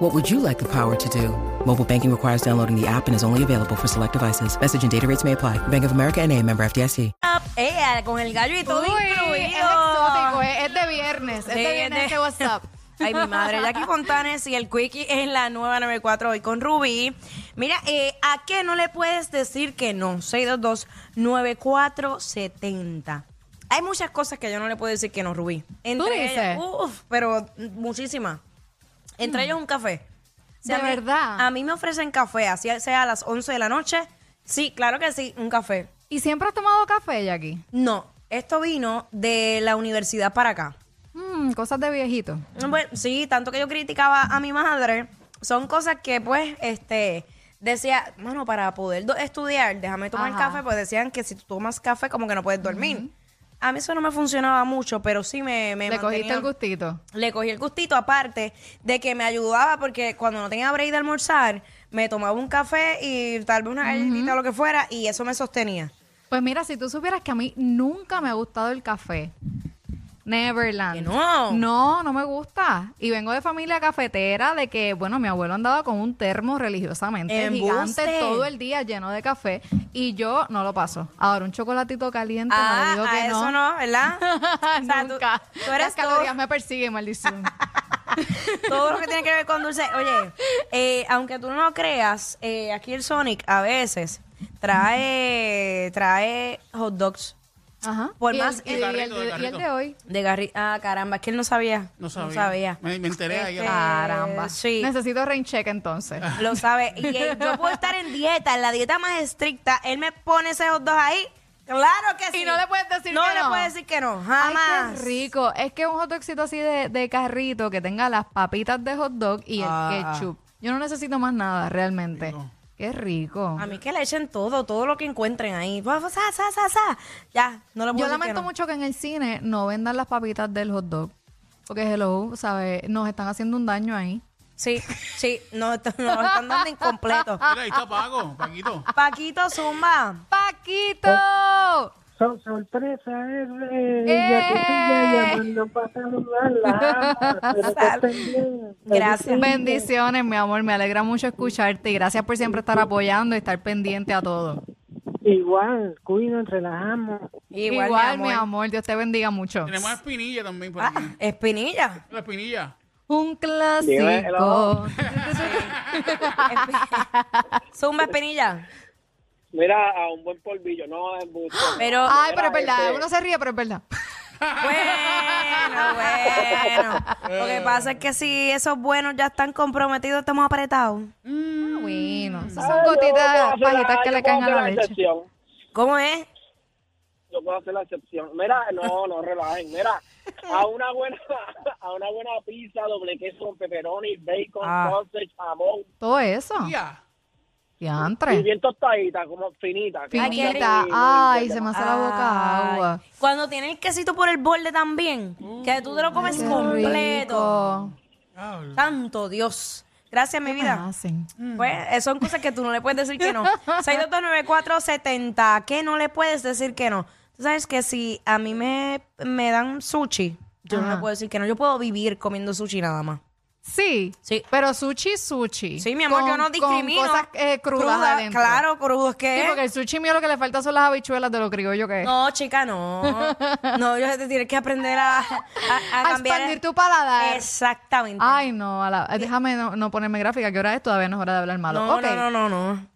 What would you like the power to do? Mobile banking requires downloading the app and is only available for select devices. Message and data rates may apply. Bank of America and a member FDIC. Eh, con el gallo y todo Uy, incluido. es exótico, es, es de viernes, es Sí, de es viernes de- este WhatsApp. Ay, mi madre. Jackie Fontanes y el Quickie es la nueva 94 hoy con Rubí. Mira, eh, ¿a qué no le puedes decir que no? 622-9470. Hay muchas cosas que yo no le puedo decir que no, Rubí. Entre dices? Mm. ellas- uf, pero muchísimas. Entre ellas un café. ¿De a mí- verdad? A mí me ofrecen café, así sea a las 11 de la noche. Sí, claro que sí, un café. ¿Y siempre has tomado café, Jackie? No, esto vino de la universidad para acá. Mm, cosas de viejito. Bueno, sí, tanto que yo criticaba a mi madre, son cosas que pues, este, decía, mano, para poder do- estudiar, déjame tomar Ajá. café, pues decían que si tú tomas café como que no puedes dormir. A mí eso no me funcionaba mucho, pero sí me... me Le cogiste mantenía- el gustito. Le cogí el gustito, aparte de que me ayudaba porque cuando no tenía break de almorzar, me tomaba un café y tal vez una galletita o lo que fuera y eso me sostenía. Pues mira, si tú supieras que a mí nunca me ha gustado el café. Neverland. Que no. No, no me gusta. Y vengo de familia cafetera, de que, bueno, mi abuelo andaba con un termo religiosamente Embuste. gigante todo el día lleno de café y yo no lo paso. Ahora, un chocolatito caliente, ah, no digo a que no. eso no, ¿verdad? O sea, tú- Nunca. Tú, eres Las calorías todo- me persiguen, maldición. Todo lo que tiene que ver con dulce. Oye, eh, aunque tú no lo creas, eh, aquí el Sonic a veces trae trae hot dogs Ajá. Por y más- el, El y el carrito, de, el y el carrito. de hoy. de garri. Ah, caramba, es que él no sabía. No sabía. No sabía. Me, me enteré ayer. Este, Caramba. Sí. eh, Necesito rain check entonces. Lo sabe. Y eh, yo puedo estar en dieta, en la dieta más estricta. Él me pone ese hot dog ahí. Claro que sí. Y no le puedes decir que No le no. puedes decir que no. Ay, Jamás. qué rico. Es que un hot dogcito así de, de carrito que tenga las papitas de hot dog y el Ah. ketchup. Yo no necesito más nada realmente. Qué rico. A mí que le echen todo, todo lo que encuentren ahí. Fa, fa, sa, sa, sa, sa. Ya, no le puedo Yo decir que lamento no. mucho que en el cine no vendan las papitas del hot dog. Porque hello, ¿sabes? Nos están haciendo un daño ahí. Sí, sí, nos, est- nos lo están dando incompleto. Mira, ahí está Paco, Paquito. Paquito Zumba. ¡Paquito! So- sorpresa es eh, ¡Eh! Oh. ella que sigue llamando para saludarla. Espero que estén bien. Gracias. Bendiciones, mi amor. Me alegra mucho escucharte y gracias por siempre estar apoyando y estar pendiente a todo. Igual, cuidan, relajamos. Igual, mi, amor. Dios te bendiga mucho. Tenemos a Espinilla también por Ah, aquí. espinilla. La Espinilla. Un clásico. Dímelo. Espi- Zumba, espinilla. Mira, a un buen polvillo, no es mucho. Ah, Pero, Ay, pero es Mira, verdad. este- Uno se ríe, pero es verdad. bueno, bueno. Lo que pasa es que si esos buenos ya están comprometidos, estamos apretados. Ah, bueno. Esas son Ay, yo puedo gotitas hacer bajitas la- que yo le puedo caen a hacer la leche. excepción. ¿Cómo es? Yo puedo hacer la excepción. Mira, no, no relajen. Mira, a una buena, a una buena pizza, doble queso con pepperoni, bacon, Ah. sausage, jamón. Todo eso. Ya. Y Diantre. bien tostadita, como finita. que no Finita. sea muy- Finita. muy Ay, fuerte, se ¿no? me hace la boca Ay, agua. Cuando tiene el quesito por el borde también, que tú te lo comes Mm. Qué completo. rico. Diablo. Tanto, Dios. Gracias, mi ¿Qué me vida. hacen? Pues eh, son cosas que tú no le puedes decir que no. 6229470, ¿qué no le puedes decir que no? Tú sabes que si a mí me, me dan sushi, yo no le Ajá. puedo decir que no. Yo puedo vivir comiendo sushi nada más. Sí, Sí. pero sushi, sushi. Sí, mi amor, yo Con- no discrimino. Con cosas eh, crudas Cruda, adentro. Claro, crudos Sí, que porque el sushi mío lo que le falta son las habichuelas de lo criollo que ¿Eh? es. No, chica, no. No, yo te tienes que aprender a, a, a A cambiar. expandir tu paladar. Exactamente. Ay, no, a la- déjame no, no ponerme gráfica, que hora es, todavía no es hora de hablar malo. no, ok, no, no, no, no.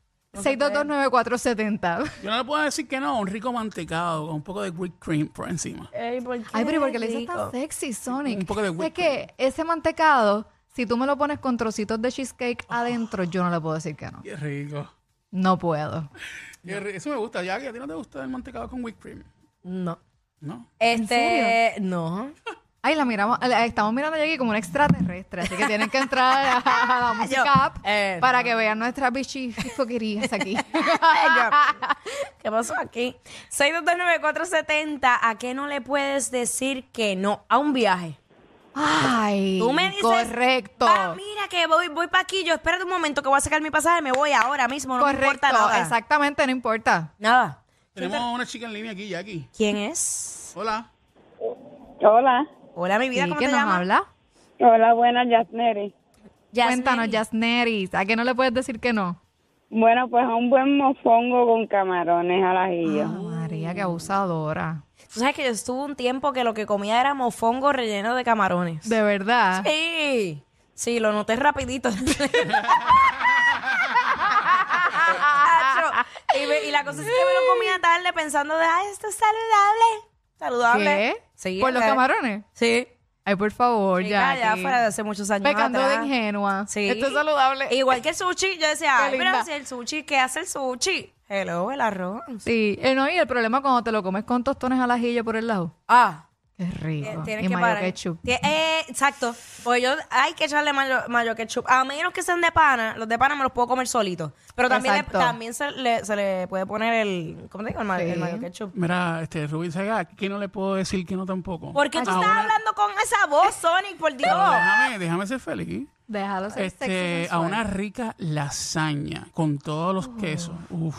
6229470. Yo no le puedo decir que no, un rico mantecado con un poco de whipped cream por encima. Eh. Ay, pero ¿y ¿por qué le dices tan sexy, Sonic? Un poco de Es whipped que ese mantecado, si tú me lo pones con trocitos de cheesecake adentro, yo no le puedo decir que no. Qué rico. No puedo. Qué ri- Eso me gusta. Ya que a ti no te gusta el mantecado con whipped cream. No. ¿No? Este, no. Ay, la miramos, la estamos mirando aquí como un extraterrestre, así que tienen que entrar a, a la música Yo, app eh, para que vean nuestras bichifoquerías aquí. ¿Qué pasó aquí? 6229470, ¿a qué no le puedes decir que no? A un viaje. Ay, Tú me dices, correcto. "Pa, mira que voy, voy para aquí, yo espérate un momento que voy a sacar mi pasaje, me voy ahora mismo, no me correcto, importa nada. exactamente, no importa. Nada. Tenemos a una chica en línea aquí, Jackie. ¿Quién es? Hola. Hola, Hola, mi ¿Y vida, ¿cómo qué te nos llamas? habla? hola, buenas, Yasneri. Yasmeri. Cuéntanos, Jasneris, ¿a qué no le puedes decir que no? Bueno, pues a un buen mofongo con camarones al Ah, ajillo. María, qué abusadora. Tú sabes que yo estuve un tiempo que lo que comía era mofongo relleno de camarones. De verdad. Sí, sí, lo noté rapidito. Acho, y, me- y la cosa es que me lo comía tarde pensando de, ay, esto es saludable. Saludable. ¿Qué? Sí, ¿Por los eh, camarones? Sí. Ay, por favor, Chica, ya. ya aquí. fuera de hace muchos años Pecando atrás. de ingenua. Sí. Esto es saludable. Igual que el sushi, yo decía, ay, Qué pero linda. si el sushi, ¿qué hace el sushi? Hello, el arroz. Sí, eh, no, y el problema cuando te lo comes con tostones al ajillo por el lado. Ah, Qué Eh, rico. Tienes y que mayo parar. ketchup. Tie- eh, exacto. Pues yo hay que echarle mayo, mayo ketchup. A menos que sean de pana, los de pana me los puedo comer solitos. Pero también, le- Exacto. también se, le, se le puede poner el. ¿Cómo te digo? El, ma- Sí. el mayo ketchup. Mira, este, Rubí Sega, aquí que no le puedo decir que no tampoco. ¿Por qué tú A estás una- hablando con esa voz, Sonic? Por Dios. Pero Déjame, déjame ser feliz. Déjalo ser Este, sexy a sensual. una rica lasaña con todos los quesos. Uf.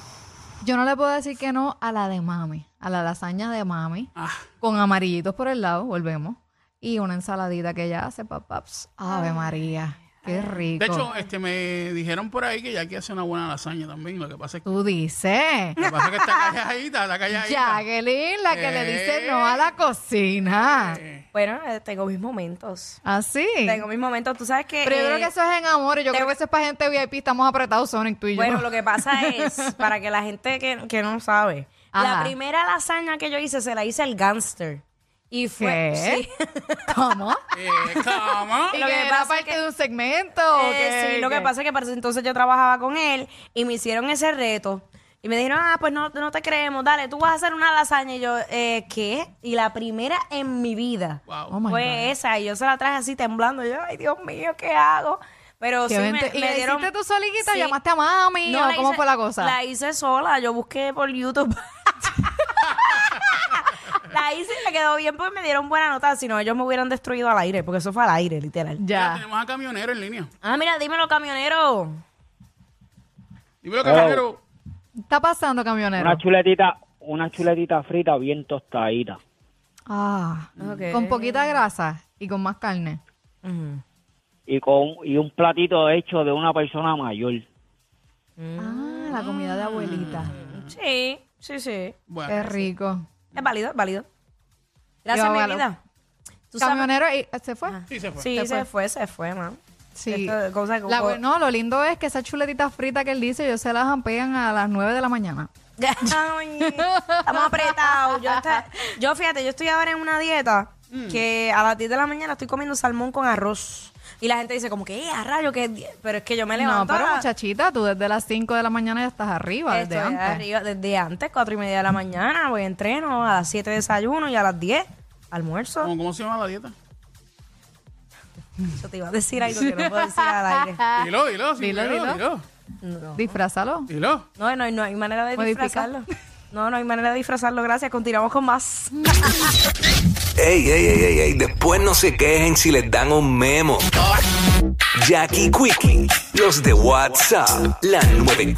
Yo no le puedo decir que no a la de mami, a la lasaña de mami, Ah. con amarillitos por el lado, volvemos, y una ensaladita que ella hace, papaps. Ave María, qué rico. De hecho, este, me dijeron por ahí que Jackie hace una buena lasaña también. Lo que pasa es que, tú dices, lo que, pasa es que está calladita, está calladita. Jacqueline, la que le dice Eh. no a la cocina. Bueno, eh, tengo mis momentos. Así. Tengo mis momentos. Tú sabes que. Pero yo eh, creo que eso es en amor, y yo creo que eso es para gente VIP, estamos apretados, Sonic, tú y yo. Bueno, lo que pasa es, para que la gente que, que no sabe, la Ajá. primera lasaña que yo hice se la hice al gangster. Y fue. ¿Qué? sí. ¿Cómo? Eh, ¿Cómo? ¿Y Lo que que era pasa parte que- de un segmento? o Eh, qué? sí, lo que ¿Qué? pasa es que para ese entonces yo trabajaba con él y me hicieron ese reto. Y me dijeron, ah, pues no, no te creemos, dale, tú vas a hacer una lasaña. Y yo, eh, ¿qué? Y la primera en mi vida Wow. Oh my fue God. esa. Y yo se la traje así temblando. Y yo, ay, Dios mío, ¿qué hago? Pero Qué sí, me, evento. ¿Y me la dieron... hiciste tú solita? Sí. ¿Llamaste a mami? No, ¿O la cómo hice- fue la cosa? La hice sola, yo busqué por YouTube. la hice y me quedó bien porque me dieron buena nota. Si no, ellos me hubieran destruido al aire, porque eso fue al aire, literal. Mira, Ya. tenemos a camionero en línea. Ah, mira, dímelo, camionero. Dímelo, camionero. Está pasando, camionero. Una chuletita, una chuletita frita bien tostadita. Ah, Ok. con poquita grasa y con más carne. Ujú. Y con y un platito hecho de una persona mayor. Ah, la comida de abuelita. Mm. Sí, sí, sí. Qué Bueno, rico. Es válido, es válido. Gracias, Yo, mi bueno. vida. ¿Tú sabes? Camionero, y- eh, ¿se fue? sí se fue. Sí, Se se fue, se fue, man. Sí. Esto, cosa que- La abue- no, lo lindo es que esas chuletitas fritas que él dice, ellos se las ampean a las 9 de la mañana. Ay, Estamos apretados. Yo, esta- yo, fíjate, yo estoy ahora en una dieta que a las 10 de la mañana estoy comiendo salmón con arroz. Y la gente dice como que, eh, a rayo, que es 10". Pero es que yo me No, levanto pero a- muchachita, tú desde las 5 de la mañana ya estás arriba, desde Estoy antes. arriba desde antes, 4 y media de la mañana, voy a entreno, a las 7 desayuno y a las 10 almuerzo. ¿Cómo, cómo se llama la dieta? Yo te iba a decir algo que no puedo decir al aire. Dilo, dilo, sí, Ah. Dilo, dilo, dilo, dilo. dilo. Disfrázalo. No, no, no hay manera de Modifica. disfrazarlo. No, no hay manera de disfrazarlo, gracias. Continuamos con más. Ey, ey, ey, ey, ey, después no se quejen si les dan un memo. Jackie Quickie, los de WhatsApp, la 94.